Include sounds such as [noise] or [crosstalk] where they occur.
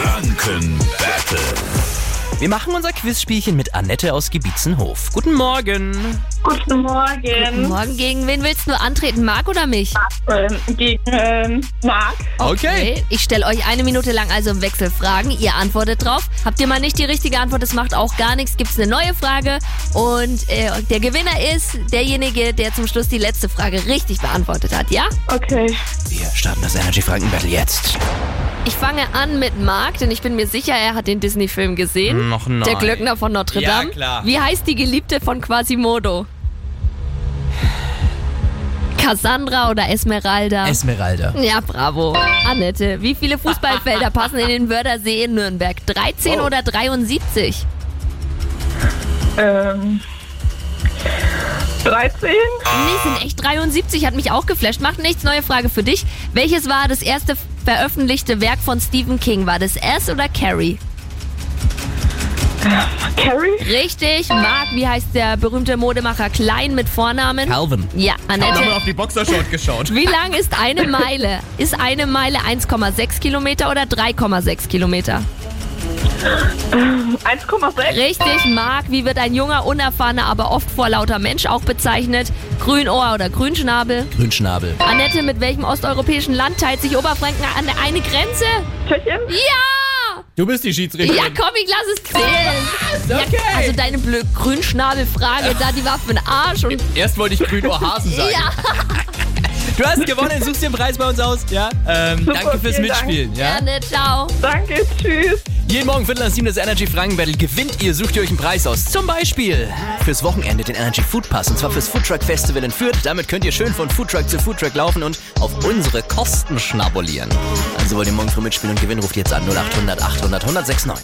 Franken Battle. Wir machen unser Quizspielchen mit Annette aus Gebietzenhof. Guten Morgen. Guten Morgen. Morgen gegen wen willst du antreten, Marc oder mich? Ähm, gegen ähm, Marc. Okay, Ich stelle euch eine Minute lang also im Wechsel Fragen. Ihr antwortet drauf. Habt ihr mal nicht die richtige Antwort, das macht auch gar nichts. Gibt es eine neue Frage. Und äh, der Gewinner ist derjenige, der zum Schluss die letzte Frage richtig beantwortet hat, ja? Okay. Wir starten das Energy Franken Battle jetzt. Ich fange an mit Marc, denn ich bin mir sicher, er hat den Disney-Film gesehen. Noch nein. Der Glöckner von Notre Ja, Dame. klar. Wie heißt die Geliebte von Quasimodo? Cassandra oder Esmeralda? Esmeralda. Ja, bravo. Annette, wie viele Fußballfelder passen in den Wördersee in Nürnberg? 13 Oh. oder 73? Ähm, 13. Nee, sind echt 73, hat mich auch geflasht. Macht nichts, neue Frage für dich. Welches war das erste veröffentlichte Werk von Stephen King? War das S oder Carrie? Carrie. Richtig, Marc, wie heißt der berühmte Modemacher Klein mit Vornamen? Calvin. Ja, Annette. auf die Boxershort geschaut. Wie lang ist eine Meile? Ist eine Meile 1,6 Kilometer oder 3,6 Kilometer? 1,6. Richtig, Marc. Wie wird ein junger, unerfahrener, aber oft vorlauter Mensch auch bezeichnet? Grünohr oder Grünschnabel? Grünschnabel. Annette, mit welchem osteuropäischen Land teilt sich Oberfranken an eine Grenze? Tschechien. Ja! Du bist die Schiedsrichterin. Ja, komm, ich lass es zählen. Ja, Okay. also deine blöde [laughs] Grünschnabelfrage, da die war für den Arsch und... Erst wollte ich Grünohr [laughs] Hasen sagen. Ja, Du hast gewonnen, suchst dir einen Preis bei uns aus. Ja. Ähm, Super, danke fürs vielen Dank. Mitspielen. Ja? gerne, ciao. Danke. Tschüss. Jeden Morgen Viertel nach sieben das Energy Franken Battle gewinnt ihr, sucht ihr euch einen Preis aus. Zum Beispiel fürs Wochenende den Energy Food Pass und zwar fürs Foodtruck Festival in Fürth. Damit könnt ihr schön von Foodtruck zu Foodtruck laufen und auf unsere Kosten schnabulieren. Also wollt ihr morgen früh mitspielen und gewinnen, ruft jetzt an 0800 800 1069.